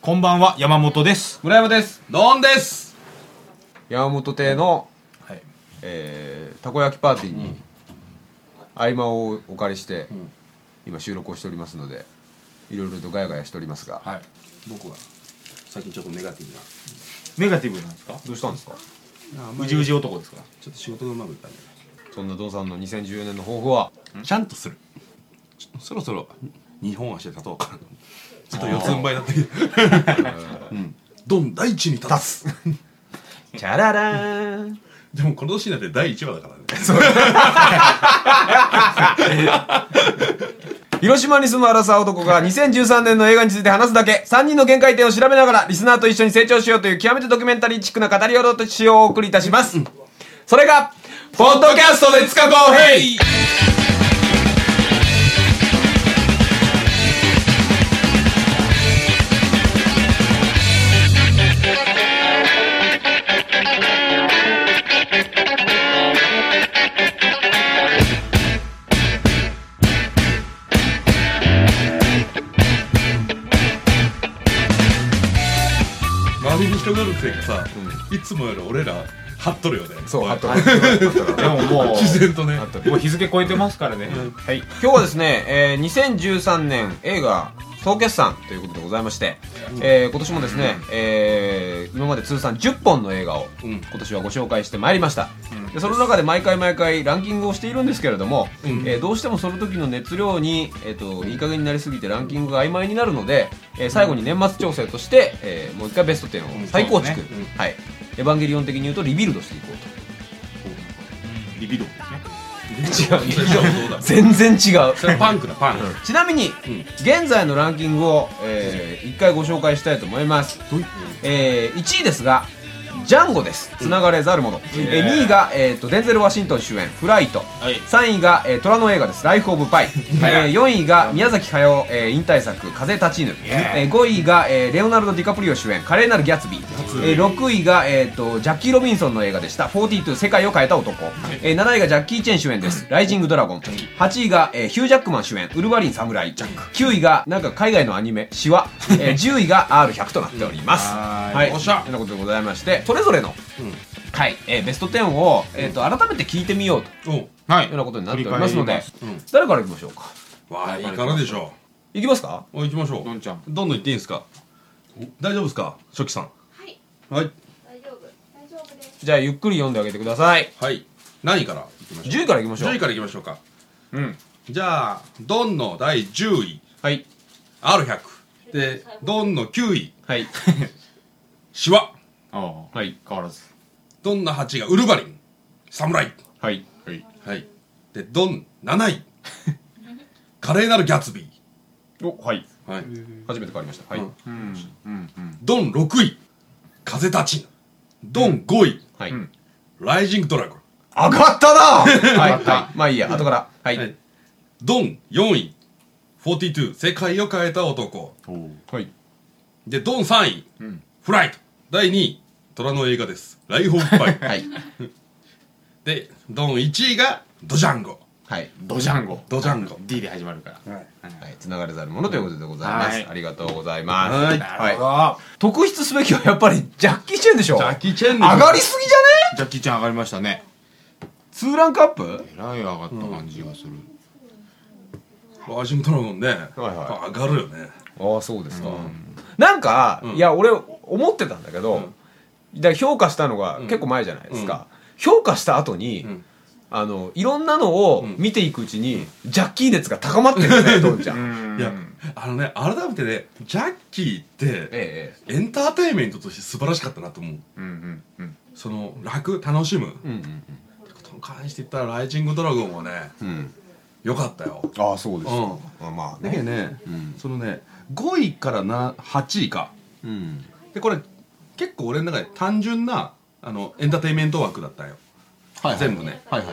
こんばんは、山本です。村山ですドンです山本亭の、はい。えーたこ焼きパーティーに合間をお借りして、今収録をしておりますのでいろいろとガヤガヤしておりますが、はい。僕は最近ちょっとネガティブなネガティブなんですかどうしたんですかうじうじ男ですかちょっと仕事がうまくいったねそんなドンさんの2014年の抱負はちゃんとするちょっとそろそろ日本足で 立とうかなちょっと四つん這いになってきてうんドン第一に立つチャララーン でもこの年になって第一話だからね広島に住むアラサー男が2013年の映画について話すだけ3人の限界点を調べながらリスナーと一緒に成長しようという極めてドキュメンタリーチックな語りをとしようお送りいたします、それがポッドキャストで塚公平周りに人があるせいかさ、いつもより俺ら張っとるよねそうこハッれトラーでもも自然とねハットラーう、もう日付超えてますからね。はい。今日はですね、えー2013年映画総決算ということでございまして、えー今年もですね、えー今まで通算10本の映画をうん今年はご紹介してまいりました、でその中で毎回毎回ランキングをしているんですけれども、えーどうしてもその時の熱量に、えー、といい加減になりすぎてランキングが曖昧になるので、えー最後に年末調整として、えーもう一回ベスト10を再構築、うんそうですねはい、エヴァンゲリオン的に言うとリビルドしていこうと。リビドですね。違うそれじゃあどうだ 全然違うそれパンクだパンクちなみに、ん現在のランキングを、えー、1回ご紹介したいと思います、えー、1位ですがジャンゴです繋がれざる者、えー、2位が、えー、とデンゼル・ワシントン主演「フライト」い3位が、えー、虎の映画です「ライフ・オブ・パイ」えー、4位が宮崎駿、えー、引退作「風立ちぬ」えー、5位が、えー、レオナルド・ディカプリオ主演「華麗なるギャツビー」えー、6位が、えー、とジャッキー・ロビンソンの映画でした「42世界を変えた男」えー、7位がジャッキー・チェン主演 です「ライジング・ドラゴン」8位が、えー、ヒュー・ジャックマン主演「ウルヴァリン・サムライ」9位がなんか海外のアニメ「シワ」え ー、10位が R100 となっておりますはーいはいおっしということでございましてそれぞれの、んはいえーベスト10を、えー、と改めて聞いてみようとうんはいうようなことになっておりますので振うん誰からいきましょうかわあいいからでしょいきますかうお行きましょうどんちゃんどんどん行っていいんですか大丈夫ですか初期さんはい、はい大丈夫。大丈夫です。じゃあゆっくり読んであげてくださいはい何位から行きましょう10位からいきましょう10位からいきましょうかうん。じゃあドンの第10位はい、 R100 でドンの9位はい、 シワああ、はい。変わらず。ドンの8位がウルヴァリン侍はい。はい。はいでドン7位 華麗なるギャツビお、はい。ー、はい、初めて変わりましたはい、うんうん。うん。うん。ドン6位風立ちぬドン5位はい、うんライジングドラゴン上がったなはい、上がったはい、まあいいや後からはい、はいドン4位42世界を変えた男おーはい、でドン3位、んフライト第2位虎の映画ですライフ・オブ・パイ はい、でドン1位がドジャンゴはい、ドジャンゴ。ドジャンゴ D で始まるから。はい、繋がれざるものということでございます、はいありがとうございますはいなるほど特筆すべきはやっぱりジャッキー・チェンでしょジャッキー・チェン上がりすぎじゃねジャッキーちゃん上がりましたね。 2ランクアップえらい上がった感じがする。ワシントンドラゴンね、はい上がるよねああそうですか、なんか、うんいや俺思ってたんだけど、だから評価したのが結構前じゃないですか、評価した後に、んあのいろんなのをん見ていくうちに、ジャッキー熱が高まってるよねドンちゃん、えうんいやあのね改めてねジャッキーってええエンターテインメントとして素晴らしかったなと思ううんうんうん。その楽楽しむってえうんことに関して言ったらライジングドラゴンはねうんうん良かったよああそうですうんか、まあだけどねね、んそのね5位からな8位かうんでこれ結構俺の中で単純なあのエンターテインメント枠だったよ、はい全部ね、はいはい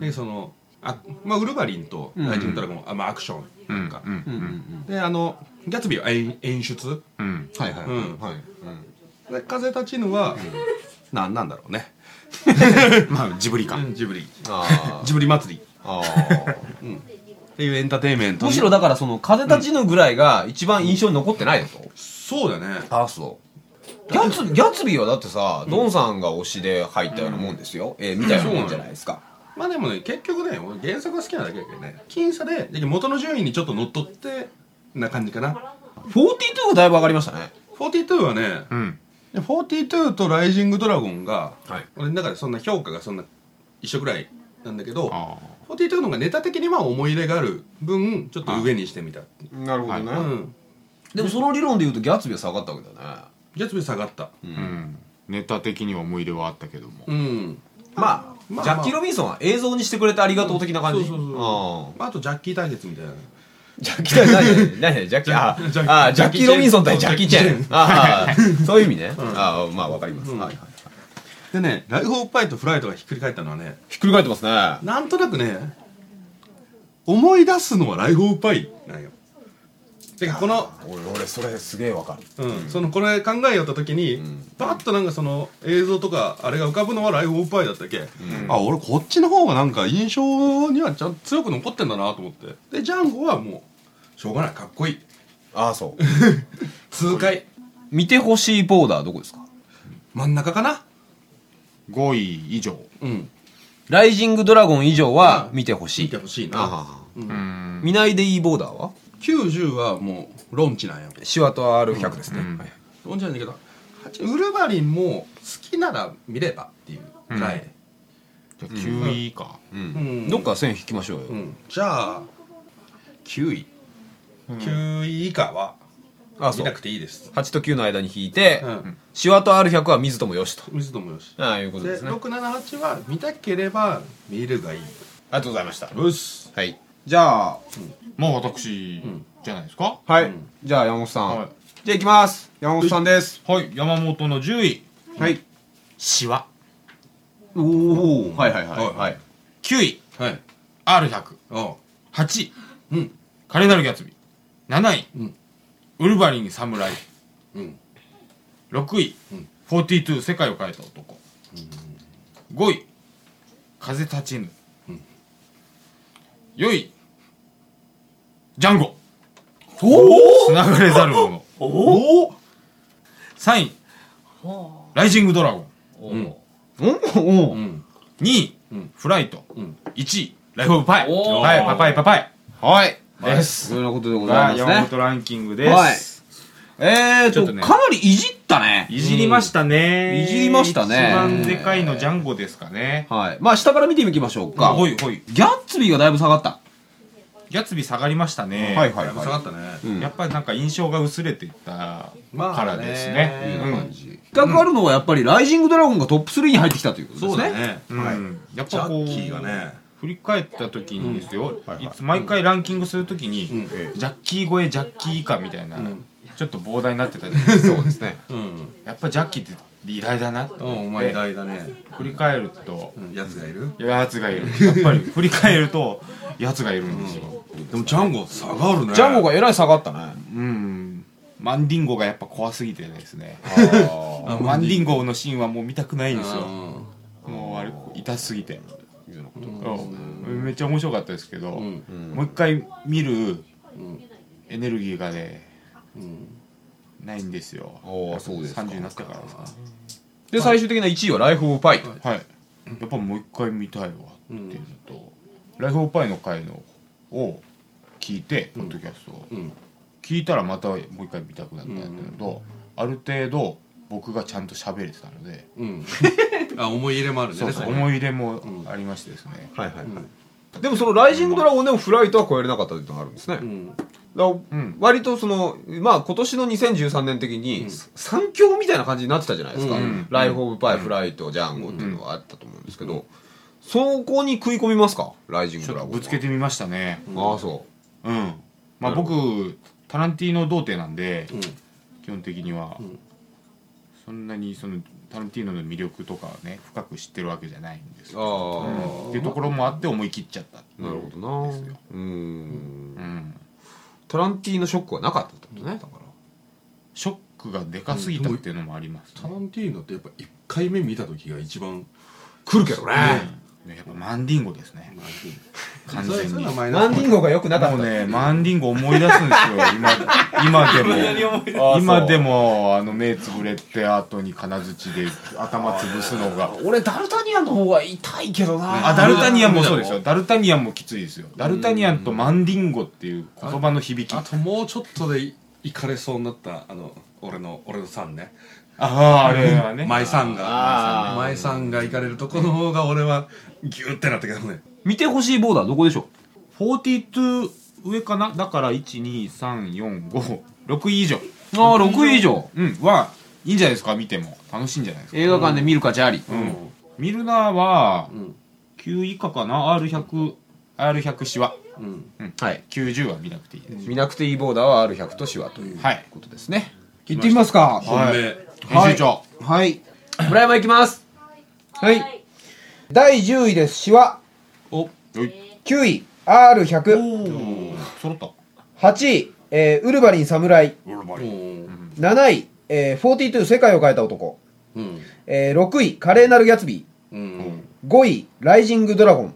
でそのあ、まあ、ウルヴァリンとライジングドラゴン、あまあ、アクションなんか、うんうんうんであのギャツビーは演演出うん。はいはいうんはいで風立ちぬはななんだろうねまあ、ジブリ感。ジブリあジブリ祭りあああっていうエンターテインメントむしろだからその風立ちぬぐらいが一番印象に残ってないでしょそうだねあそうギャツギャツビーはだってさ、ドンさんが推しで入ったようなもんですよ、えーみたいなもんじゃないですか、まあでもね結局ね俺原作が好きなだけだけどね僅差でで元の順位にちょっと乗っ取ってな感じかな42がだいぶ上がりましたね42はねうんで42とライジングドラゴンが、はい俺の中でそんな評価がそんな一緒ぐらいなんだけどあ42の方がネタ的にまあ思い入れがある分ちょっと上にしてみたなるほどねうんでもその理論で言うとギャツビーは下がったわけだねギャツビー下がったーうんネタ的には思い入れはあったけどもうんまあ、まあジャッキー・ロビンソンは映像にしてくれてありがとう的な感じ、そうそうそうまああとジャッキー対決みたいなうんジャッキー何何何ジャッキーあジャッキーあジャッキー・ロビンソン対ジャッキー・チジャェッキンああそういう意味ね、ああまあわかります、うんはいはいでねライフ・オブ・パイとフライトがひっくり返ったのはねひっくり返ってますねなんとなくね思い出すのはライフ・オブ・パイなんよてかこの俺俺それすげえわかるうん、そのこれ考えよった時に、んパッとなんかその映像とかあれが浮かぶのはライフ・オブ・パイだったっけ、あ俺こっちの方がなんか印象にはちゃんと強く残ってんだなと思ってでジャンゴはもうしょうがないかっこいいああそう痛快見てほしいボーダーどこですか真ん中かな5位以上うんライジングドラゴン以上は見てほし見いて。ほしいあはなはうん見ないでいいボーダーは90はもうロンチなんやシワと R100 ですね。うんはいロンチなんだけど8ウルヴァリンも好きなら見ればっていうぐらいで、じゃあ9位以下うんどっか線引きましょうよ。うん、じゃあ9位、9位以下はあ、見そうな。くていいです8と9の間に引いてう、んシワと R100 は水ともよしと。水ともよしああ、いうことでですね。 678は見たければ見るがいいありがとうございました。よしはい。じゃあ、まあ私じゃないですかはういん。じゃあ、山本さはいん。じゃあ、行きます。山本さんです。はい山本の10位はい。シワおおはいはいは。はいいはい。 9位はい R100 あ8位うんカレナルギャツビー7位、うんウルヴァリン侍うん6位、うん42世界を変えた男、5位風立ちぬ、うん4位ジャンゴおつながれざる者おお3位ライジングドラゴンうんおおん2位、うんフライト、うん1位ライフオブパイおーパイパパイパパイはい。ですそういうようなことでござがいます山ね。本ランキングはでいす、えーちょっと、とねかなりいじったね。いじりましたね、うんいじりましたね一番でかいのジャンゴですかね、はい。まあ、下から見ていきましょうか。ほいほいギャッツビーがだいぶ下がった。ギャツビー下がりましたね、はいはだいぶ下がったねうんやっぱりなんか印象が薄れていったまあからですね。うんうんじ比較あるのはやっぱりライジングドラゴンがトップ3に入ってきたということですね。そうだねうんやっジぱャこッキーがうね振り返った時にですよ、はいはいいつ毎回ランキングするときに、うんえージャッキー超えジャッキー以下みたいな、うんちょっと膨大になってたじゃないですかそうです ねうんやっぱジャッキーって偉大だなとうんお思っ前て偉大だね振り返るとうんやつがいるやつがいるやっぱり振り返るとやつがいるんですよ、でもジャンゴ下がるねジャンゴがえらい下がったね。うんマンディンゴがやっぱ怖すぎてですねあマンディンゴのシーンはもう見たくないんですようんもうあれ痛すぎてーいうようなことうんめっちゃ面白かったですけど、うんもう一回見るうんエネルギーがねうんないんですよおーそうですか30になってからですかで、最終的な1位はライフ・オブ・パイ。はいやっぱもう一回見たいわってうんいうのと、ライフ・オブ・パイの回のを聞いてポッドキャストを、うん聞いたらまたもう一回見たくなったんだけど、ある程度僕がちゃんと喋れてたので、うんあ思い入れもあるねそうそうい思い入れもありましてですね、はいはいはい。でもそのライジングドラゴンでもフライトは超えれなかったというのがあるんですね。うんだからん割とその、まあ今年の2013年的に三強みたいな感じになってたじゃないですか。うんライフ・オブ・パイ、フライト、ジャンゴっていうのはあったと思うんですけど、そこに食い込みますかライジングちょドっラとゴンは。ぶつけてみましたねああ、そう。うんまあ僕タランティーノ童貞なんで、うん基本的には、んそんなにそのタランティーノの魅力とかはね深く知ってるわけじゃないんですよああ、っていうところもあって思い切っちゃったなるほどなですようんうんタランティーノショックはなかったってことねだからショックがでかすぎたっていうのもありますタランティーノってやっぱ1回目見た時が一番来るけどねねやっぱマンディンゴですね完それ全そにれもはマイナマスンディンゴが良くなかっうたねマンリンゴ思い出すんですよ今今でもあ今そうでもあの目つぶれて後に金槌で頭潰すのが俺ダルタニアンの方が痛いけどなあダルタニアンもそうですよダルタニアンもきついですよダルタニアンとマンディンゴっていう言葉の響きあともうちょっとでいいかれそうになったあの俺の俺のさんねああーあれはね舞さんあがー舞さんが行かれるとこの方が俺はギューってなったけどね見てほしいボーダーどこでしょ42上かなだから12345 6位以上うああ6位以上うんはいいんじゃないですか見ても楽しいんじゃないですか映画館で見る価値あり、うんミルナーはうん9以下かな R100R100 シワうんはい90は見なくていいです見なくていいボーダーは R100 と手話というはいことですね行ってみますか本はい命編集長はい村山行きますはい。第10位ですシワお9位 R100 揃った8位、えーウルヴァリン侍うん7位、えー、42世界を変えた男、うんえー6位カレーなるギャツビうんー5位ライジングドラゴン、う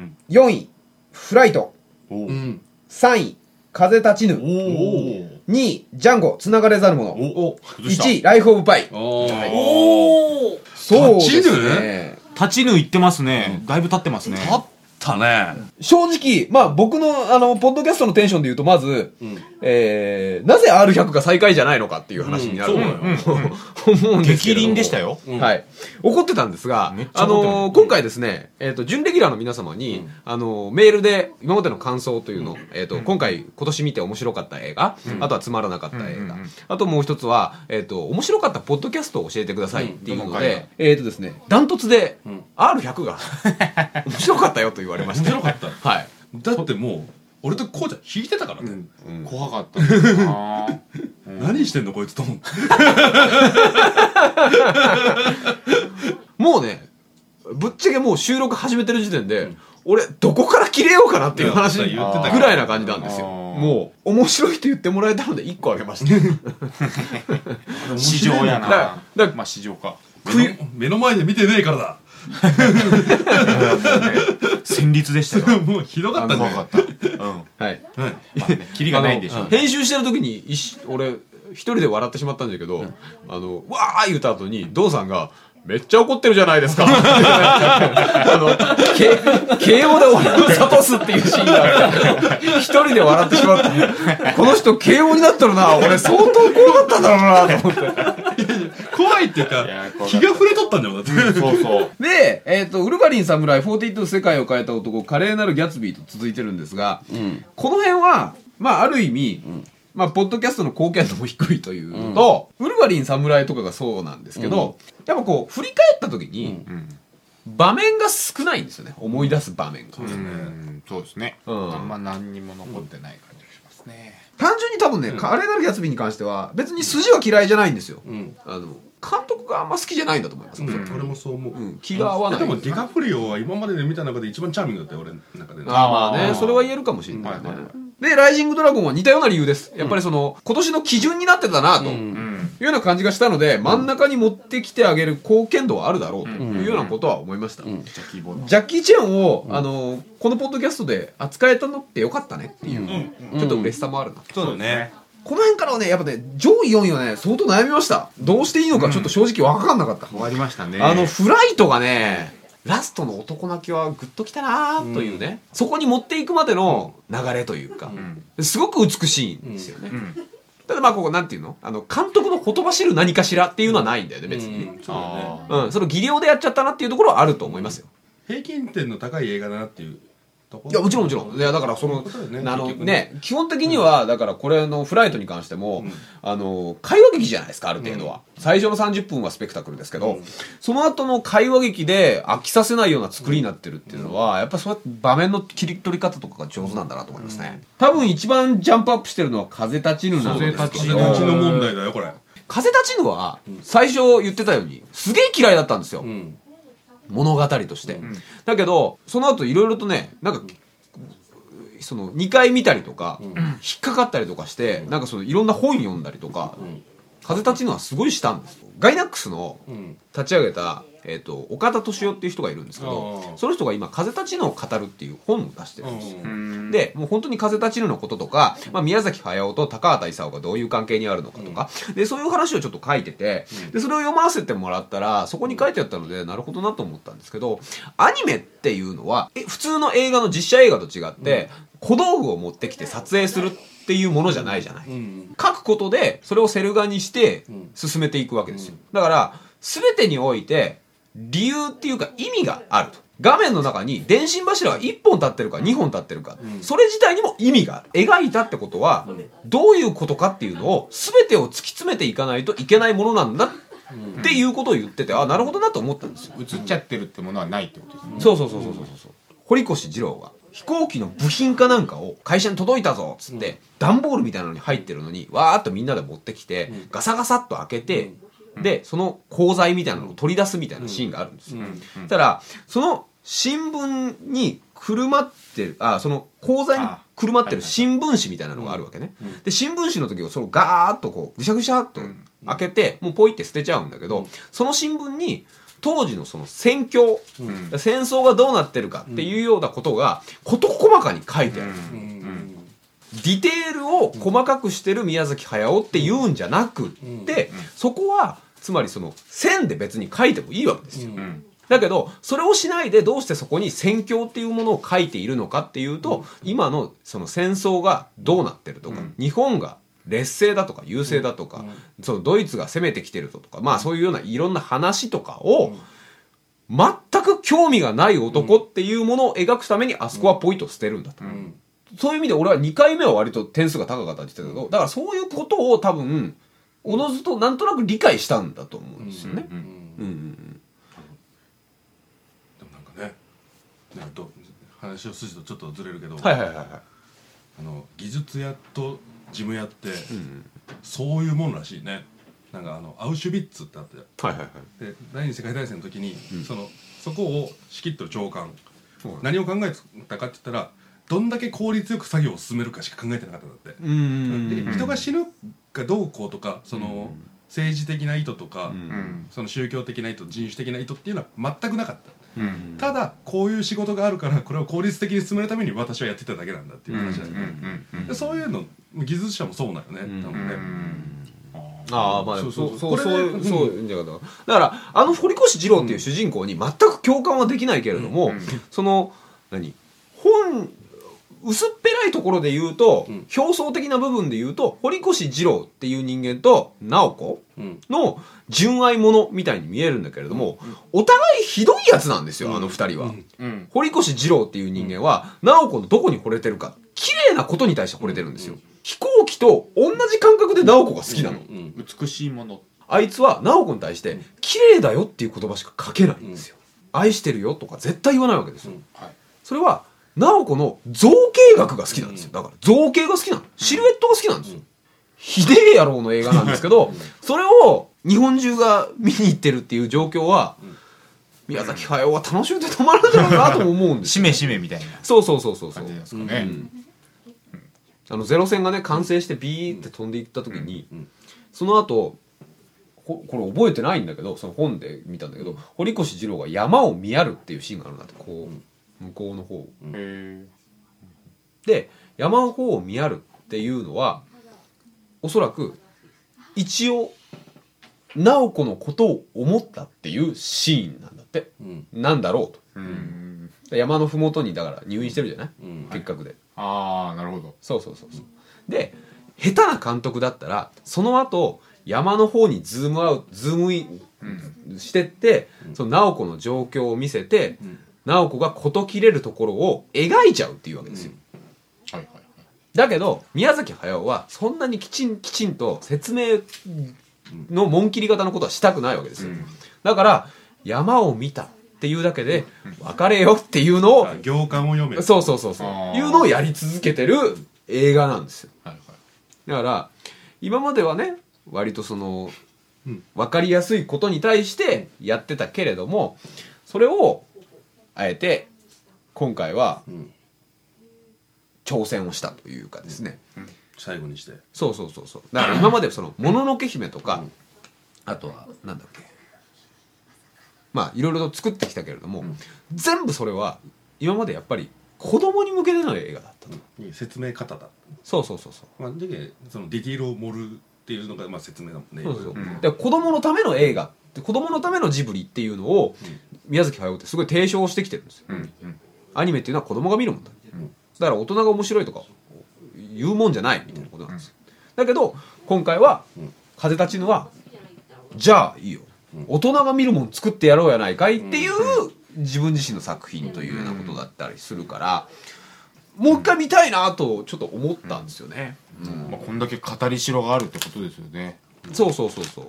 ん4位フライトおうーん3位風立ちぬおー2位ジャンゴつながれざる者おお崩した1位ライフ・オブ・パイおーおおそうで立ちすぬね立ちぬいってますねだいぶ立ってますねあったね正直まあ僕のあのポッドキャストのテンションで言うとまず、うんえーなぜ R100 が最下位じゃないのかっていう話になる、うんそうなの思うんです激けれども凛でしたようんはい。怒ってたんですがめっ、ちゃあ怒ってるのー今回ですね、えっ、と、準レギュラーの皆様に、うんあのーメールで今までの感想というのを、えっ、と、今回、今年見て面白かった映画、あとはつまらなかった映う画、んうんうんあともう一つは、えっ、と、面白かったポッドキャストを教えてくださいっていううんのどので、回がえっ、とですね、ダントツで、うん R100 が、面白かったよと言われまし面た。白かったはい。だってもう俺とこうちゃん引いてたからね怖かったなー何してんのこいつと思ってもうね、ぶっちゃけもう収録始めてる時点で、俺、どこから切れようかなっていう話いぐや言ってたかららいな感じなんですよ。あーもう、面白いと言ってもらえたので1個あげました。市場やだかならだからまあ市場か目の目の前で見てねえからだ戦慄でしたよもうひどかったね怖かったうん はい。まあねキリがないんでしあょの編集してる時に、一し俺、一人で笑ってしまったんだけど、あの、わー言った後に、ドウさんが、めっちゃ怒ってるじゃないですか。 あの、け慶応で俺を諭すっていうシーンがあ って、一人で笑ってしまった。この人慶応になったるな、俺相当怖かったんだろうな、と思って。怖いっていうかいや怖かった気が触れとったんだよだって そうそうで、えっ、と、ウルヴァリン侍、42世界を変えた男、華麗なるギャツビーと続いてるんですが、この辺は、まあ、ある意味、まあ、ポッドキャストの貢献度も低いというのと、ウルヴァリン侍とかがそうなんですけど、やっぱこう、振り返った時に、場面が少ないんですよね。思い出す場面が。うんそうですねあうんんま何にも残ってない感じがしますね単純に多分ね、華麗なるギャツビーに関しては、別に筋は嫌いじゃないんですよ。うんあの、監督があんま好きじゃないんだと思います。うん俺もそう思う、うん気が合わないでもディカプリオは今までで見た中で一番チャーミングだったよ俺の中でねああまあねあーそれは言えるかもしれないはね、いはいはで「ライジングドラゴン」は似たような理由ですやっぱりその、今年の基準になってたなと、ういうんんような感じがしたので真ん中に持ってきてあげる貢献度はあるだろうというようなことは思いました、じゃあキーボードジャッキー・チェンを、あのこのポッドキャストで扱えたのってよかったねっていう、ちょっと嬉しさもあるな、そうだねこの辺からはねやっぱね上位4位はね相当悩みましたどうしていいのかちょっと正直分かんなかった、終わりましたねあのフライトがねラストの男泣きはグッときたなーというね、そこに持っていくまでの流れというか、すごく美しいんですよね、んただまあここなんていうのあの監督のほとばしる何かしらっていうのはないんだよね別にね、うんそうだねうんその技量でやっちゃったなっていうところはあると思いますよ、平均点の高い映画だなっていうとこいやもちろんもちろんいやだからそのそういうことだよねあの結局ね基本的には、だからこれのフライトに関しても、あの会話劇じゃないですかある程度は、最初の30分はスペクタクルですけど、その後の会話劇で飽きさせないような作りになってるっていうのは、やっぱそうやって場面の切り取り方とかが上手なんだなと思いますね、多分一番ジャンプアップしてるのは風立ちぬなんですけど風立ちうぬちの問題だよこれ風立ちぬは最初言ってたようにすげえ嫌いだったんですよ、ん物語として、だけどその後いろいろとねなんか、その2回見たりとか、引っかかったりとかして、なんかそのいろんな本読んだりとか、風立ちぬはすごいしたんですガイナックスのうん立ち上げたえっと岡田敏夫っていう人がいるんですけあどあその人が今「風立ちぬを語る」っていう本を出してるんですようんで、もう本当に風立ちぬのこととか、まあ、宮崎駿と高畑勲がどういう関係にあるのかとか、で、そういう話をちょっと書いてて、で、それを読ませてもらったら、そこに書いてあったので、なるほどなと思ったんですけど、アニメっていうのは、え普通の映画の実写映画と違って、小道具を持ってきて撮影するっていうものじゃないじゃない。うん書くことで、それをセル画にしてうん、進めていくわけですよ。だから、すべてにおいて、理由っていうか意味があると。画面の中に電信柱が1本立ってるか2本立ってるか、それ自体にも意味がある。描いたってことは、どういうことかっていうのを、すべてを突き詰めていかないといけないものなんだっていうことを言ってて、あ、なるほどなと思ったんですよ。映っちゃってるってものはないってことですねそうそうそうそうそうそう。堀越二郎が飛行機の部品かなんかを会社に届いたぞっつって、段ボールみたいなのに入ってるのに、わーっとみんなで持ってきて、ガサガサっと開けて、で、その鋼材みたいなのを取り出すみたいなシーンがあるんですよ。そしたら、その新聞にくるまってる、あ、その鋼材にくるまってる新聞紙みたいなのがあるわけね。で、新聞紙の時をそのガーッとこう、ぐしゃぐしゃっと開けて、もうポイって捨てちゃうんだけど、その新聞に、当時のその戦況、戦争がどうなってるかっていうようなことが事細かに書いてある、うんうんディテールを細かくしてる宮崎駿って言うんじゃなくって、うんそこはつまりその線で別に書いてもいいわけですよ、うんうんだけど、それをしないでどうしてそこに戦況っていうものを書いているのかっていうと、今のその戦争がどうなってるとか、日本が劣勢だとか優勢だとか、そのドイツが攻めてきてるとか、まあそういうようないろんな話とかを、全く興味がない男っていうものを描くためにあそこはポイントを捨てるんだと。うんそういう意味で俺は2回目は割と点数が高かったって言ってたけど、だからそういうことを多分、おのずとなんとなく理解したんだと思うんですよね。うんうんうんうんでもなんかねなんと話を筋とちょっとずれるけど、はいはいはいはい。あの技術屋と事務屋って、そういうもんらしいねなんかあのアウシュビッツってあったじゃんはいはいはい。で第二次世界大戦の時に、そのそこを仕切ってる長官、何を考えたかって言ったらどんだけ効率よく作業を進めるかしか考えてなかったんだって、うんうんうんで人が死ぬかどうこうとかその、政治的な意図とか、うんその宗教的な意図人種的な意図っていうのは全くなかった、うんただこういう仕事があるからこれを効率的に進めるために私はやってただけなんだっていう話だよね、でそういうの技術者もそうなんよね多分ね、ああまあでもそそううそうそうこそれうそういうんじゃなかっただからあの堀越二郎っていう主人公に全く共感はできないけれども、その何本薄っぺらいところで言うと、うん表層的な部分で言うと堀越二郎っていう人間と直子うんの純愛者みたいに見えるんだけれども、お互いひどいやつなんですよ、あの二人は、うんうん堀越二郎っていう人間は、直子のどこに惚れてるか、綺麗なことに対して惚れてるんですよ。飛行機と同じ感覚で直子が好きなの。うん美しいものあいつは直子に対して、綺麗だよっていう言葉しか書けないんですよ。愛してるよとか絶対言わないわけですよ。うんはいそれは、直子の造形学が好きなんですよ。だから、造形が好きなの。シルエットが好きなんですよ。ひでえ野郎の映画なんですけど、それを日本中が見に行ってるっていう状況は、宮崎駿は楽しんでたまらんじゃないかなとも思うんですしよ。めしめみたいなそうそうそうそうそう感じ。ですかねあのゼロ戦がね完成してビーって飛んでいった時に、その後ここれ覚えてないんだけどその本で見たんだけど堀越二郎が山を見やるっていうシーンがあるんだってこう向こうの方をへえで山の方を見やるっていうのはおそらく一応直子のことを思ったっていうシーンなんだってうんなんだろううんと山の麓にだから入院してるじゃないうん結核でああなるほどそうそうそうそうで下手な監督だったらその後山の方にズームアウトズームインしてって、その直子の状況を見せて、ん直子が事切れるところを描いちゃうっていうわけですよ、はいはいだけど宮崎駿はそんなにきちんきちんと説明の紋切り型のことはしたくないわけですよ、だから山を見たっていうだけで別れよっていうのをあ行間を読めるそうそうそうそうあーいうのをやり続けてる映画なんですよはいはいだから今まではね割とその、うん分かりやすいことに対してやってたけれどもそれをあえて今回はうん挑戦をしたというかですね、最後にしてそうそうそうそうだから今までその「もののけ姫」とか、あとはなんだっけ「まあいろいろと作ってきたけれども、全部それは今までやっぱり子供に向けての映画だったと、に説明方だ、そうそうそうそうまあ、でそのディティールを盛るっていうのがまあ説明だもんねそうそうそう、うんで子供のための映画で子供のためのジブリっていうのを宮崎駿ってすごい提唱してきてるんですようんうんアニメっていうのは子供が見るもんだ、んだから大人が面白いとか言うもんじゃないみたいなことなんですよ、だけど今回は「風立ちぬ」はじゃあいいよ、大人が見るもん作ってやろうやないかいっていう自分自身の作品というようなことだったりするから、もう一回見たいなとちょっと思ったんですよね、まあこんだけ語りしろがあるってことですよねそうそうそうそう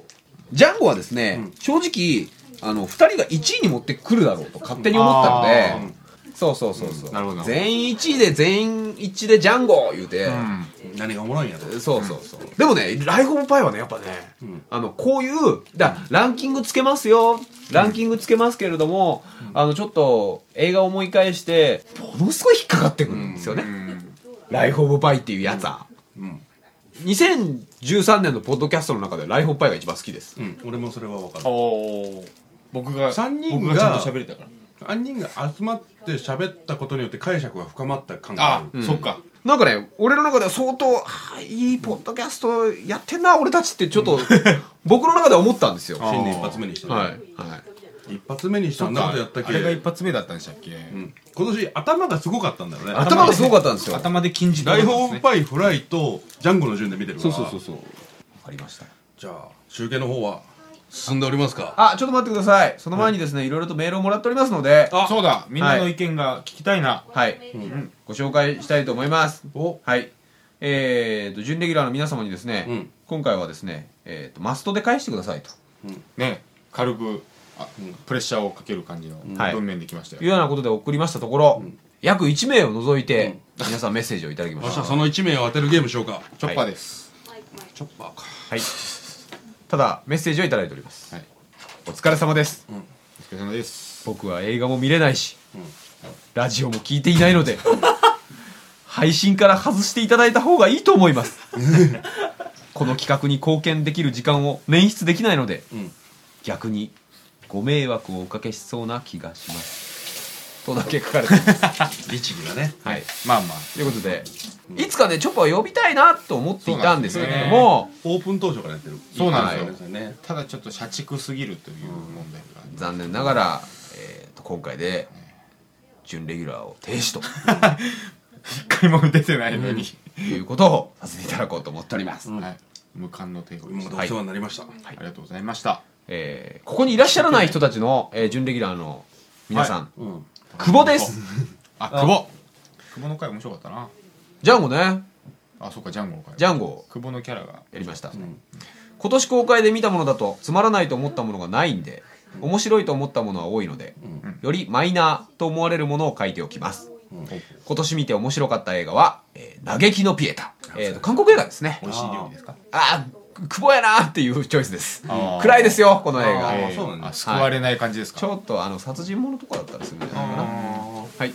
ジャンゴはですね、正直あの2人が1位に持ってくるだろうと勝手に思ったので、そうそうそうそう、うんなるほど全員1位で全員1位でジャンゴ言うて、うん何がおもろいんやとそうそうそう、でもね「ライフ・オブ・パイ」はねやっぱね、んあのこういうだランキングつけますよランキングつけますけれども、あのちょっと映画を思い返してものすごい引っかかってくるんですよね「ライフ・オブ・パイ」っていうやつは、うん2013年のポッドキャストの中で「ライフ・オブ・パイ」が一番好きですうん、俺もそれは分かるお僕が三人が僕がちゃんと喋れたから3人が集まって喋ったことによって解釈が深まった感があある、そっかなんかね、俺の中では相当、あーいいポッドキャストやってんな、俺たちってちょっと、僕の中では思ったんですよ。は新年一発目にしてい。ねはい。一発目にしてあんなことやったっあけれが一発目だったんでしたっけうん今年頭がすごかったんだよね頭がすごかったんですよ。頭で禁じライフ・オブ・パイ・フライとジャンゴの順で見てるからそう。ありました。じゃあ集計の方は進んでおりますかあ、ちょっと待ってください。その前にですね、いろいろとメールをもらっておりますので、あそうだみんなの意見が聞きたいなはい。ご紹介したいと思います。おはい。えーと、準レギュラーの皆様にですね、うん今回はですね、えーと、マストで返してくださいと。ね軽くあプレッシャーをかける感じのはい文面できましたいうよようなことで送りましたところ、約1名を除いて、皆さんメッセージをいただきま明し日た。その1名を当てるゲームしようかチョッパーですチョッパーかはい。ただメッセージをいただいております。はいお疲れ様です。お疲れ様です僕は映画も見れないし、ラジオも聞いていないので、配信から外していただいた方がいいと思います。この企画に貢献できる時間を捻出できないので、ん逆にご迷惑をおかけしそうな気がします。とだけ書かれています。律儀だねはい。まあまあということで、いつかね、チョコを呼びたいなと思っていたんですけれども、オープン当初からやってるそうなんですよねただちょっと社畜すぎるという問題がある残念ながら、えーと今回で準レギュラーを停止と一回も出てないのにいうことをさせていただこうと思っております、はい無冠の帝国今でますでお世話になりましたありがとうございましたえーここにいらっしゃらない人たちの、えー準レギュラーの皆さん、うん久保ですあ久保久保の回面白かったなジャンゴねあそうかジャンゴの回ジャンゴ久保のキャラがやりました、ん今年公開で見たものだとつまらないと思ったものがないんで面白いと思ったものは多いので、んよりマイナーと思われるものを書いておきます、今年見て面白かった映画は「えー嘆きのピエタ」えーと韓国映画ですね美味しい料理ですかあー久保やなーっていうチョイスですあー暗いですよこの映あ画ーそうなんだあ救われない感じですちかょっとあの殺人者とかだったりするんじゃないかなあはい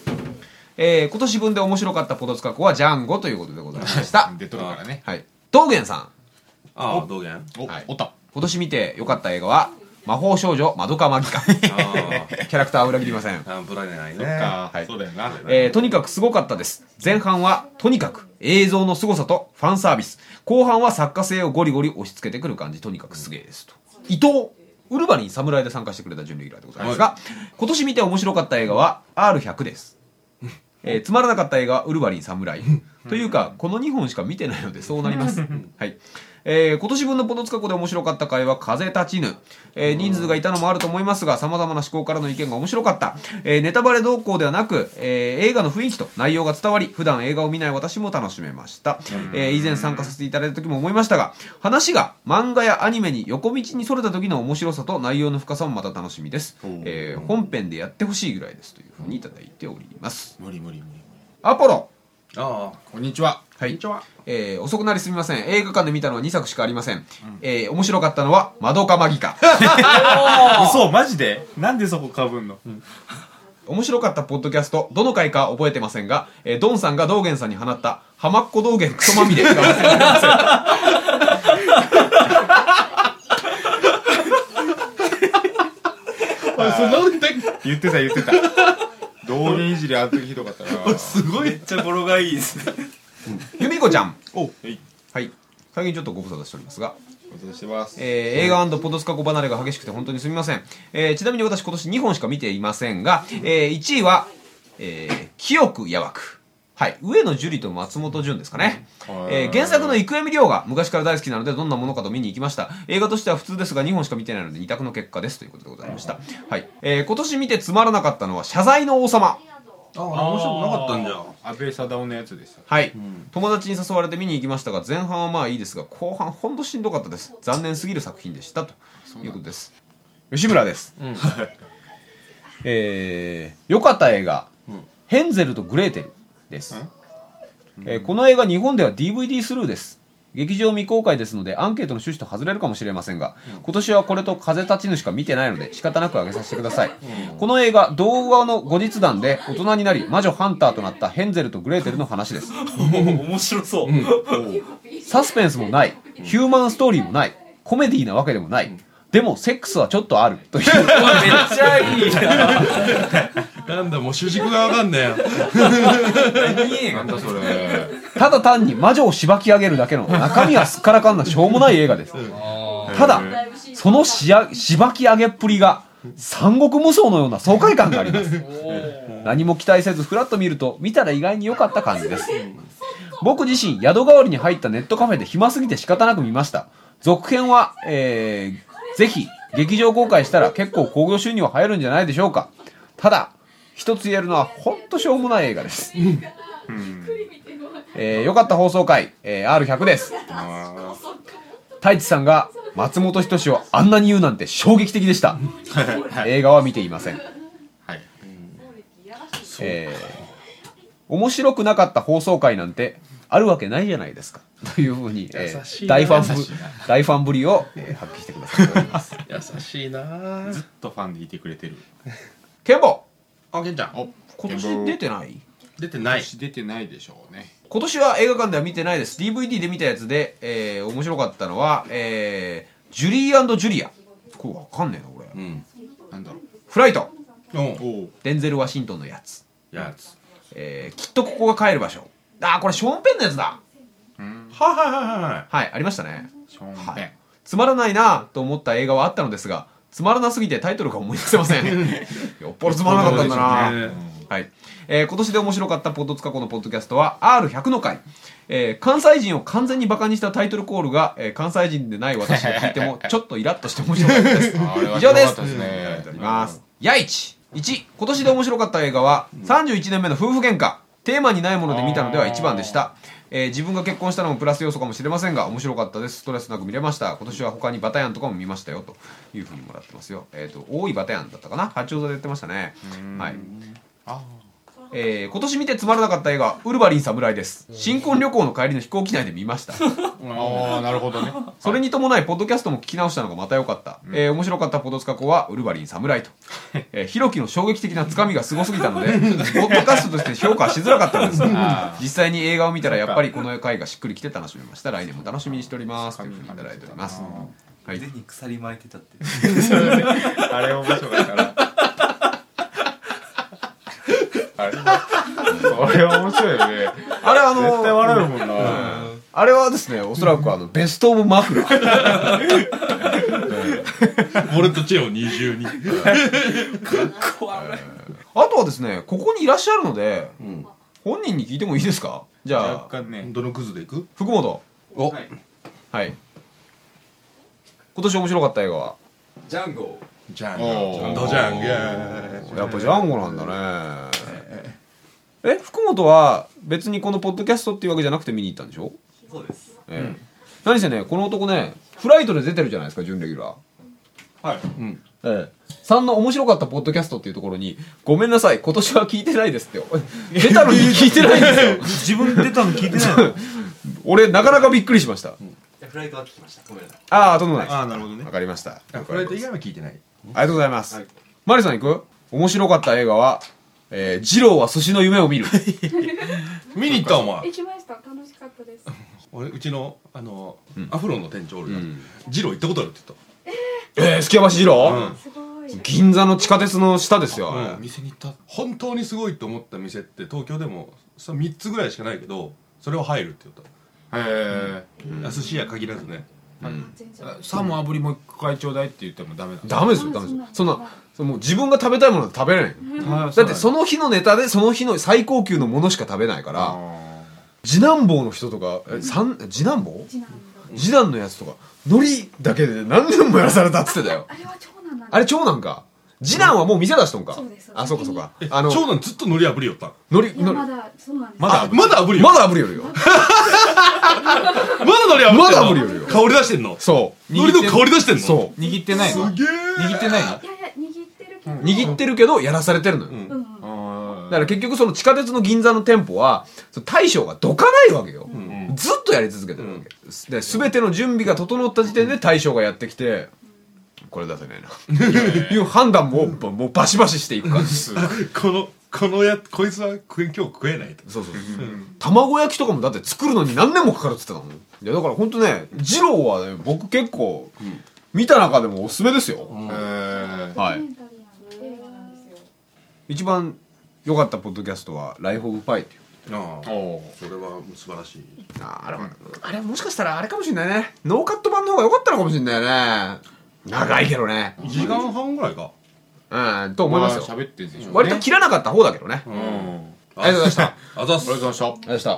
えー、今年分で面白かったポトツカ子はジャンゴということでございましーた出とるからねはい道元さんああ道元おはいおった今年見て良かった映画は魔法少女マドカマギカキあーャラクターは裏切りませんあーぶられないそっねかはいそうだよなえーとにかくすごかったです前半はとにかく映像の凄さとファンサービス後半は作家性をゴリゴリ押し付けてくる感じとにかくすげえですと伊藤ウルヴァリン侍で参加してくれた準レギュラーでございますが、今年見て面白かった映画は R100 です、えーつまらなかった映画はウルヴァリン侍というかこの2本しか見てないのでそうなります はいえー今年分のポトツカ子で面白かった回は「風立ちぬ」えー人数がいたのもあると思いますがさまざまな思考からの意見が面白かった、えーネタバレ動向ではなく、えー映画の雰囲気と内容が伝わり普段映画を見ない私も楽しめました、えー以前参加させていただいた時も思いましたが話が漫画やアニメに横道にそれた時の面白さと内容の深さもまた楽しみです、えー本編でやってほしいぐらいですというふうにいただいております無理無理無理アポロあこんにちははいあちはえー遅くなりすみません映画館で見たのは2作しかありません、えー面白かったのは「マドカマギカ」嘘マジでなんでそこかぶんの、 面白かったポッドキャストどの回か覚えてませんが、えードンさんが道元さんに放った「浜っ子道元クソまみれ」が忘れ られませんそん言ってた言って た道元いじりあの時ひどかったなすごめいっちゃ語呂がいいですね由美子ちゃんおはい最近ちょっとご無沙汰しておりますがおしてますえー映画ポドスカコ離れが激しくて本当にすみません、えーちなみに私今年2本しか見ていませんが、え1位は、えー清くやわくはい上野樹里と松本潤ですかね、えー原作の生見亮が昔から大好きなのでどんなものかと見に行きました映画としては普通ですが2本しか見てないので2択の結果ですということでございました、はいえー今年見てつまらなかったのは謝罪の王様ああ面白くなかったんじゃん安倍貞夫のやつでしたはい、友達に誘われて見に行きましたが前半はまあいいですが後半ほんとしんどかったです残念すぎる作品でしたということです吉村です、 えー、良かった映画、ヘンゼルとグレーテル」です、えーこの映画日本では DVD スルーです劇場未公開ですのでアンケートの趣旨と外れるかもしれませんが今年はこれと風立ちぬしか見てないので仕方なく上げさせてください、この映画童話の後日談で大人になり魔女ハンターとなったヘンゼルとグレーテルの話です面白そう、サスペンスもない、ヒューマンストーリーもない、コメディーなわけでもない、でもセックスはちょっとあるという、ちゃいいなんだもう主軸がわかんねなんだそれただ単に魔女をしばき上げるだけの中身はすっからかんなしょうもない映画です。ただ、そのしやしばき上げっぷりが、三国無双のような爽快感があります。何も期待せずフラッと見ると、見たら意外に良かった感じです。僕自身、宿代わりに入ったネットカフェで暇すぎて仕方なく見ました。続編は、えー、ぜひ、劇場公開したら結構興行収入は入るんじゃないでしょうか。ただ、一つ言えるのは、ほんとしょうもない映画です。えー、よかった放送回、えー、R100 です。太一さんが松本人志をあんなに言うなんて衝撃的でした。映画は見ていません。はいえー面白くなかった放送回なんてあるわけないじゃないですか。というふうに、えー優しいな大ファンぶ大ファンぶりを、えー発揮してくだ さい。えよ 優しいなずっとファンでいてくれてるケンボあけんちゃんお今年出てない出てない出てないでしょうね今年は映画館では見てないです DVD で見たやつで、えー面白かったのは、えージュリージュリアこれわかんねえなこれうんなんだろうフライトおおううデンゼル・ワシントンのやつ、やつえーきっとここが帰る場所あーこれショーン・ペンのやつだはいはいはいははいありましたねショーンはペンいつまらないなと思った映画はあったのですがつまらなすぎてタイトルが思い出せません よっぽどつまらなかったんだな、そうでしょうねはいえー今年で面白かったポッドツカコのポッドキャストは R100 の回、えー関西人を完全にバカにしたタイトルコールが、えー関西人でない私が聞いて もちょっとイラッとして面白かったですあれは以上です良かったですねありがとうございますやいち1今年で面白かった映画は31年目の夫婦喧嘩テーマにないもので見たのでは一番でした、えー自分が結婚したのもプラス要素かもしれませんが面白かったですストレスなく見れました今年は他にバタヤンとかも見ましたよというふうにもらってますよえっ、と多いバタヤンだったかな八王子でやってましたねはいあえー今年見てつまらなかった映画「ウルヴァリン侍」です新婚旅行の帰りの飛行機内で見ましたああなるほどねそれに伴いポッドキャストも聞き直したのがまた良かった、えー面白かったポドスカコは「ウルヴァリン侍」と、えー、ヒロキの衝撃的なつかみがすごすぎた のでポッドキャストとして評価しづらかったんですが実際に映画を見たらやっぱりこの回がしっくりきて楽しみました来年も楽しみにしておりますというふうにいただいておりますはい腕に鎖巻いてたってあれ面白かったなあれあれは面白いよねあれあ絶対の笑うもんなあれはですねおそらくあのベスト・オブ・マフラー 俺とチェを二重にあとはですねここにいらっしゃるのでん本人に聞いてもいいですかじゃあ若干ね どのクズでいく福本おはい今年面白かった映画はジャンゴじゃんおードジャンイエーイやっぱジャンゴなんだねえ福本は別にこのポッドキャストっていうわけじゃなくて見に行ったんでしょそうですええ何せねこの男ねフライトで出てるじゃないですか準レギュラーはいんええ3の面白かったポッドキャストっていうところに「ごめんなさい今年は聞いてないです」って え出たのに聞いてないんですよ自分出たの聞いてないの俺なかなかびっくりしましたじゃあフライトは聞きましたごめんなさいああとんでもないですああなるほどねわかりましたあフライト以外は聞いてないありがとうございます。マリさん行く面白かった映画は、えー、二郎は寿司の夢を見 る。見に行ったお前行きました。楽しかったです。俺うちのあのアフロの店長俺がジロー行ったことあるって言ったえー、すきやばし二郎、すごい。銀座の地下鉄の下ですよ、あれうん店に行った本当にすごいと思った店って東京でもさ3つぐらいしかないけどそれを入るって言っへえた、寿司屋限らずねサーモン炙りもう一回ちょうだいって言ってもダメなのダメですよダメですよそんなそのもう自分が食べたいものは食べれないだってその日のネタでその日の最高級のものしか食べないからあ次男坊の人とか、え三次男坊次男次男のやつとか海苔だけで何年もやらされたっつってたよあれは長男なんだあれ長男か次男はもう店出しとんか、そうですあそうかそうかえあの長男ずっと海苔炙りよったん海苔いやのまりだそうなんですまだまだ炙りよまだ炙りよるよまだ海苔炙りまだ炙りよるよ香り出してんのそう海苔の香り出してんのそ握ってないのすげえ握ってないのいやいや握ってるけどう握ってるけどやらされてるのよ、んうんうんあだから結局その地下鉄の銀座の店舗はその大将がどかないわけよ、んずっとやり続けてるわけ、で全ての準備が整った時点で大将がやってきてこれ出せないないう判断ももうバシバシしていく感じそうこのこのやこいつは食え今日食えないとそうそう卵焼きとかもだって作るのに何年もかかるっつってたもんいやだからほんとね二郎はね僕結構見た中でもおすすめですよ、へえドはいキュメンタリーな映画なんですよ一番良かったポッドキャストは「ライフ・オブ・パイ」っていうああおそれは素晴らしいあれあれもしかしたらあれかもしれないねノーカット版の方が良かったのかもしれないね長いけどね1時間半ぐらいかうんと思いますよ喋ってるでしょ割と切らなかった方だけどねうんあありがとうございましたああざっすりがとうございましりがとうございました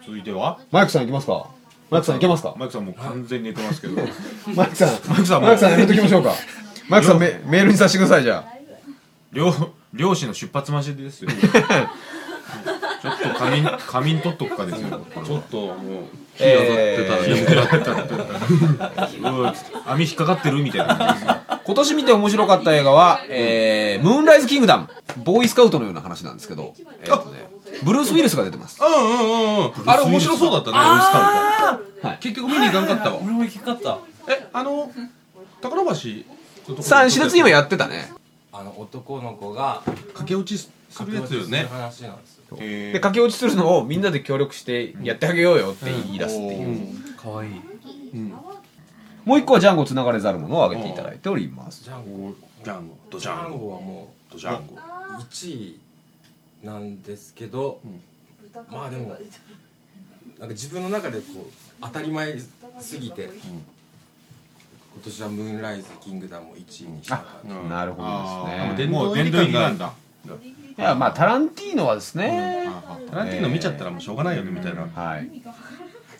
た続いてはマイクさんいきますかマイクさんいけますかマイクさんもう完全に寝てますけど マイクさんマイクさんもマイクさんやめときましょうか マイクさんメメールにさせてくださいじゃ漁漁師の出発待ちですよちょっと仮眠仮眠取っとくかですよこれちょっともう火当えたーってたら眠くなってたうわ網引っかかってるみたいな感じですあ今年見て面白かった映画は、えームーンライズ・キングダムボーイスカウトのような話なんですけど、えーとね、ブルース・ウィルスが出てますうんうんうんうんあれ面白そうだったねウイスタンが結局見に行かんかったわ俺も行きたかったえあの宝橋のとこ三四列にはやってたねあの男の子が駆け落ちするやつよね話なんですよで駆け落ちするのをみんなで協力してやってあげようよって言い出すっていう、かわいいもう一個はジャンゴつながれざるものを挙げていただいておりますジャンゴジャンゴドジジャャンンゴゴはもドジャンゴう1位なんですけど、まあでもなんか自分の中でこう当たり前すぎて、今年は「ムーンライズ・キングダム」を1位にしたからうんなるほどですあねーももうう殿殿堂入堂入りりななんんだいやまあタランティーノはですね、タランティーノ見ちゃったらもうしょうがないよねみたいなはい、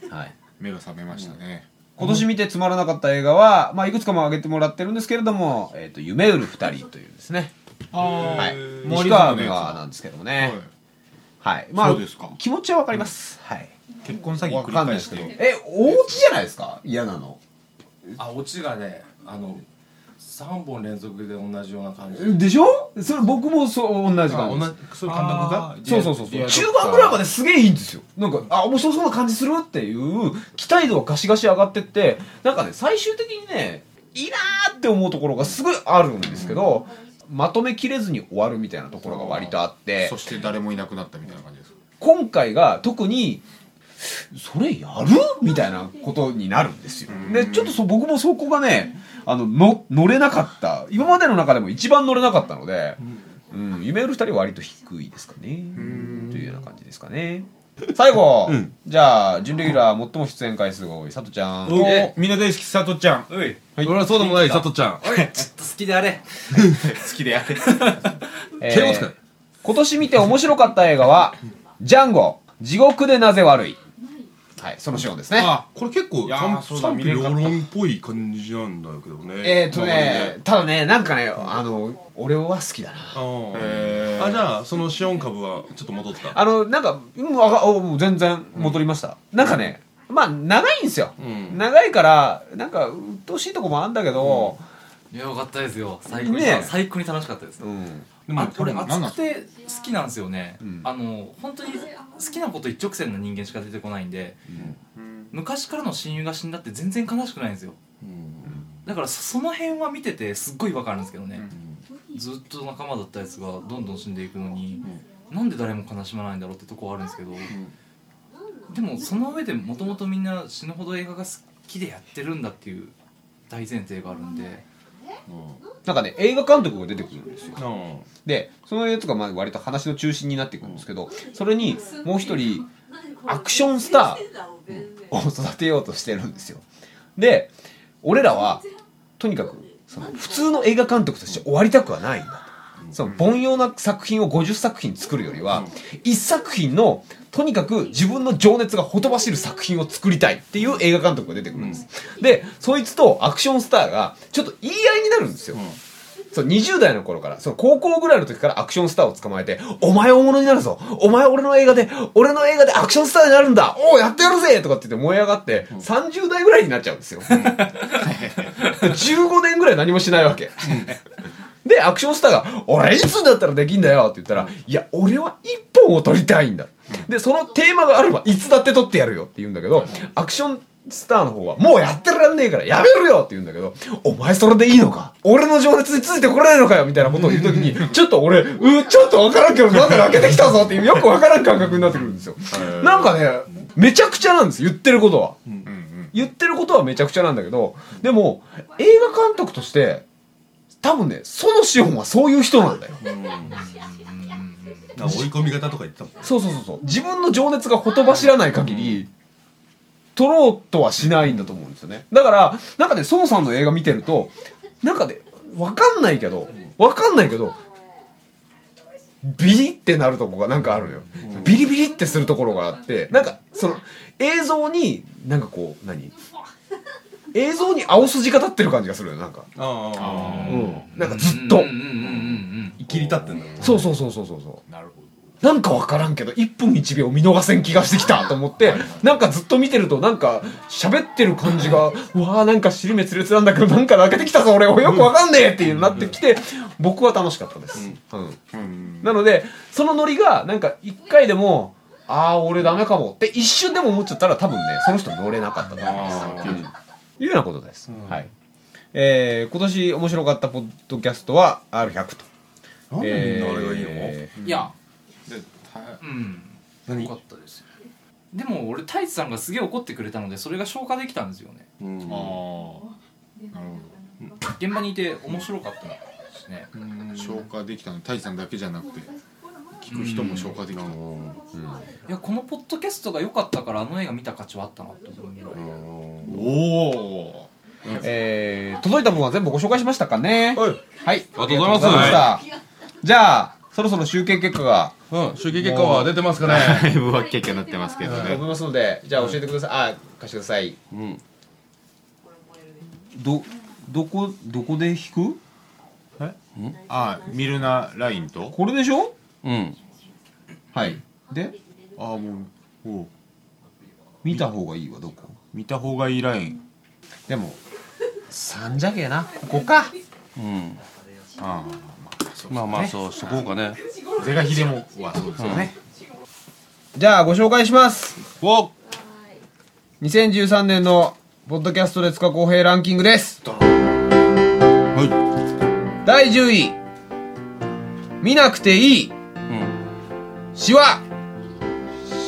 はい、目が覚めましたね今年見てつまらなかった映画は、まあ、いくつかも挙げてもらってるんですけれども「えー、と夢売る二人」というですね、は、はいモ西リ川川美の和やなんですけどもつね、はいまそあうですか気持ちはわかります、はい結婚詐欺わ繰かんり返ないですしけてどるえお家じゃないですか嫌なのあオチがねあの3本連続で同じような感じでしょそれ僕もそう同じあ感同じですじそういう感覚がそうそうそうそうリアル中盤ぐらいまですげえいいんですよなんかあ面白そうな感じするっていう期待度がガシガシ上がってってなんかね最終的にねいいなーって思うところがすごいあるんですけど、まとめきれずに終わるみたいなところが割とあってそして誰もいなくなったみたいな感じです今回が特にそれやるみたいなことになるんですよ。でちょっとそう僕もそこがねあのの乗れなかった今までの中でも一番乗れなかったので、うん、夢売る2人は割と低いですかねというような感じですかね。最後、じゃあ準レギュラー最も出演回数が多い佐藤ちゃんおーみんな大好き佐藤ちゃんおい俺はそうでもない佐藤ちゃん俺ちょっと好きであれ好きで やれえ敬語使いー今年見て面白かった映画は「ジャンゴ地獄でなぜ悪い」はいそのシーンですね。あこれ結構いやー賛そうだ賛見否れ両なかった論っぽい感じなんだけどねえー、と周ね、ただね、なんかね、あの、俺は好きだな。りねへああじゃあそのシオン株はちょっと戻ったあの、なんか、うん、あが、おもう全然戻りました。なんかね、まあ、長いんですよ。うん長いから、なんか、鬱陶しいとこもあんだけど、いやよかったですよ最高に、ねえ最高に楽しかったですうん。でもあこれでも何熱なんくて好きなんですよね、んあの本当に好きなこと一直線の人間しか出てこないんで、昔からの親友が死んだって全然悲しくないんですよだからそその辺は見ててすっごいわかるんですけどね、ずっと仲間だったやつがどんどん死んでいくのに、なんで誰も悲しまないんだろうってとこはあるんですけど、でもその上でもともとみんな死ぬほど映画が好きでやってるんだっていう大前提があるんでなんかね映画監督が出てくるんですようんでそのやつがまあ割と話の中心になってくるんですけどそれにもう一人アクションスターを育てようとしてるんですよで俺らはとにかくその普通の映画監督として終わりたくはないんだとその凡庸な作品を50作品作るよりは1作品のとにかく自分の情熱がほとばしる作品を作りたいっていう映画監督が出てくるんですでそいつとアクションスターがちょっと言い合いになるんですよそう、20代の頃から、その高校ぐらいの時からアクションスターを捕まえて、お前大物になるぞお前俺の映画で、俺の映画でアクションスターになるんだおうやってやるぜとかって言って燃え上がって、30代ぐらいになっちゃうんですよ。15年ぐらい何もしないわけ。で、アクションスターが、俺いつになったらできんだよって言ったら、いや、俺は一本を撮りたいんだ。で、そのテーマがあれば、いつだって撮ってやるよって言うんだけど、アクションスターの方は、もうやってらんねえからやめるよって言うんだけど、お前それでいいのか俺の情熱についてこれないのかよみたいなことを言うときに、ちょっと俺、うーちょっとわからんけど、なんか開けてきたぞっていう、よくわからん感覚になってくるんですよ。なんかね、めちゃくちゃなんです、言ってることは。言ってることはめちゃくちゃなんだけど、でも、映画監督として、多分ね、そのシオンはそういう人なんだよ。なんか追い込み型とか言ってたもんそうそうそうそう。自分の情熱がほとばしらない限り、撮ろうとはしないんだと思うんですよね。だから、なんかね、孫さんの映画見てると、なんかね、わかんないけど、わかんないけど、ビリってなるとこがなんかあるのよ。ビリビリってするところがあって、なんか、その、映像に、なんかこう、何映像に青筋が立ってる感じがするよ、なんか。あうん。なんかずっと。うんうんうんうんあ切り立ってんだそうそうそうそうそうそうなるほどなんか分からんけど1分1秒見逃せん気がしてきたと思ってなんかずっと見てるとなんか喋ってる感じがうわーなんか尻目つれつなんだけどなんか泣けてきたぞ俺よく分かんねえっていうなってきて僕は楽しかったです、うんなのでそのノリがなんか1回でもああ俺ダメかもって一瞬でも思っちゃったら多分ねその人乗れなかったと思います、うんいうようなことです、はいえー、今年面白かったポッドキャストは R100 となんでみんなあれがいいの、えうんいやでたうん何よかったですよでも俺太一さんがすげえ怒ってくれたのでそれが消化できたんですよねうんああ現場にいて面白かったですね消化できたの太一さんだけじゃなくて聞く人も消化できたのいやこのポッドキャストが良かったからあの映画見た価値はあったなと思うぐらいおおーえー届いた分は全部ご紹介しましたかねはいはいありがとうございますがとうございましたじゃあそろそろ集計結果がうん、集計結果は出てますかね。だいぶわけになってますけど飛びねますのでじゃあ教えてくださいあ貸してくださいうん、どどこどこで弾くああミルナラインとこれでしょうん、はいでああもうおう見た方がいいわどこ見た方がいいラインでも3じゃけえなここかうん、あまあまあ、そう、そこかね。あ是が非でもはそうですよねじゃあご紹介しますお、 2013年のポッドキャストで塚公平ランキングですは第10位見なくていいい、うん、シワ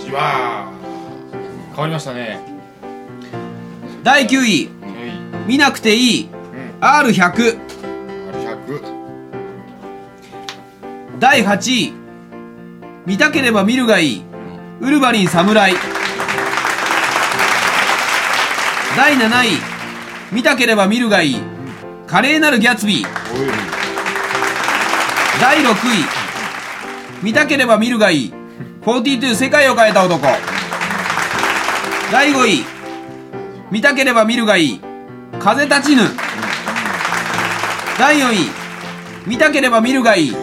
しわー変わりましたね第9位はい見なくていい R100 100第8位見たければ見るがいいウルヴァリン侍第7位見たければ見るがいい華麗なるギャツビー第6位見たければ見るがいい42世界を変えた男第5位見たければ見るがいい風立ちぬ第4位見たければ見るがいい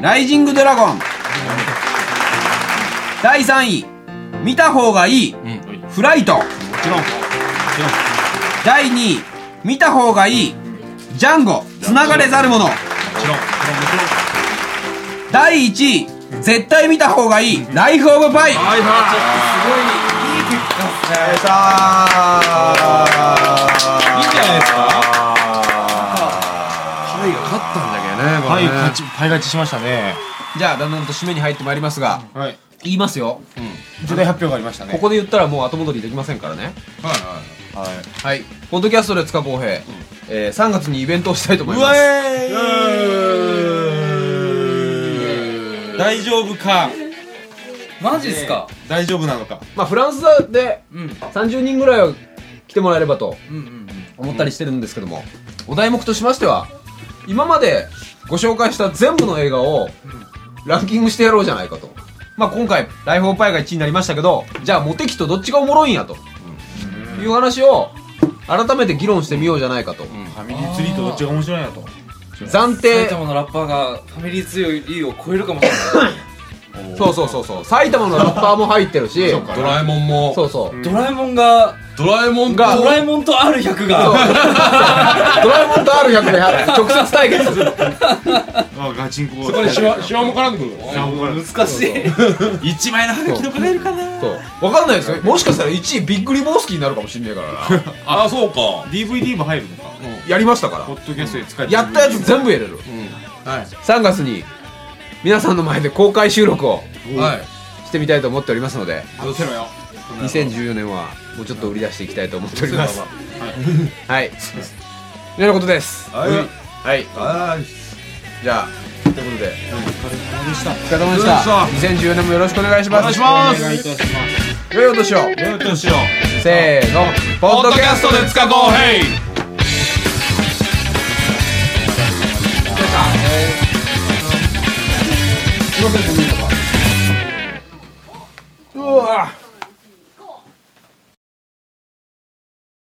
ライジングドラゴン第3位見た方がいい、フライト第2位見た方がいいジャンゴつながれざる者第1位絶対見た方がいいライフオブパイはいはいいいんじゃないですか。パイが勝ったんだけどね、これね。ちパイ勝ちしましたねじゃあだんだんと締めに入ってまいりますがはい言いますよ重大発表がありましたねここで言ったらもう後戻りできませんからねはい、はい、はいポッドキャストで塚公平、えー3月にイベントをしたいと思いうまわすえい大丈夫かマジっすか、大丈夫なのかまあフランスでうん30人ぐらいは来てもらえればとうんうんうん思ったりしてるんですけども、お題目としましては今までご紹介した全部の映画をランキングしてやろうじゃないかと、まあ、今回「ライフ・オブ・パイ」が1位になりましたけどじゃあモテキとどっちがおもろいんやと、いう話を改めて議論してみようじゃないかと、ファミリーツリーとどっちが面白いんやと暫埼定玉のラッパーがファミリーツリーを超えるかもしれないそうそうそうそう埼玉のラッパーも入ってるしそうかドラえもんもそうそう ドラえもんがドラえもんとがドラえもんと R100 そうがドラえもんと R100 で直接対決するあガチンコそこにシワシワも絡んでくるの難しい一枚のハガキ残れるかなそう分かんないですよもしかしたら1位ビッグリボースキーになるかもしんねえからなああそうか DVD も入るのかやりましたからポッドキャストで使えてやったやつ全部入れる、はい3月に皆さんの前で公開収録をはいしてみたいと思っておりますのでどうせろよ2014年はもうちょっと売り出していきたいと思っておりますはいというようなことですはいはいはいじゃあということでお疲れ様でしたお疲2014年もよろしくお願いしますお願いします良いお年をどうしようせーのポッドキャストで塚公平うわ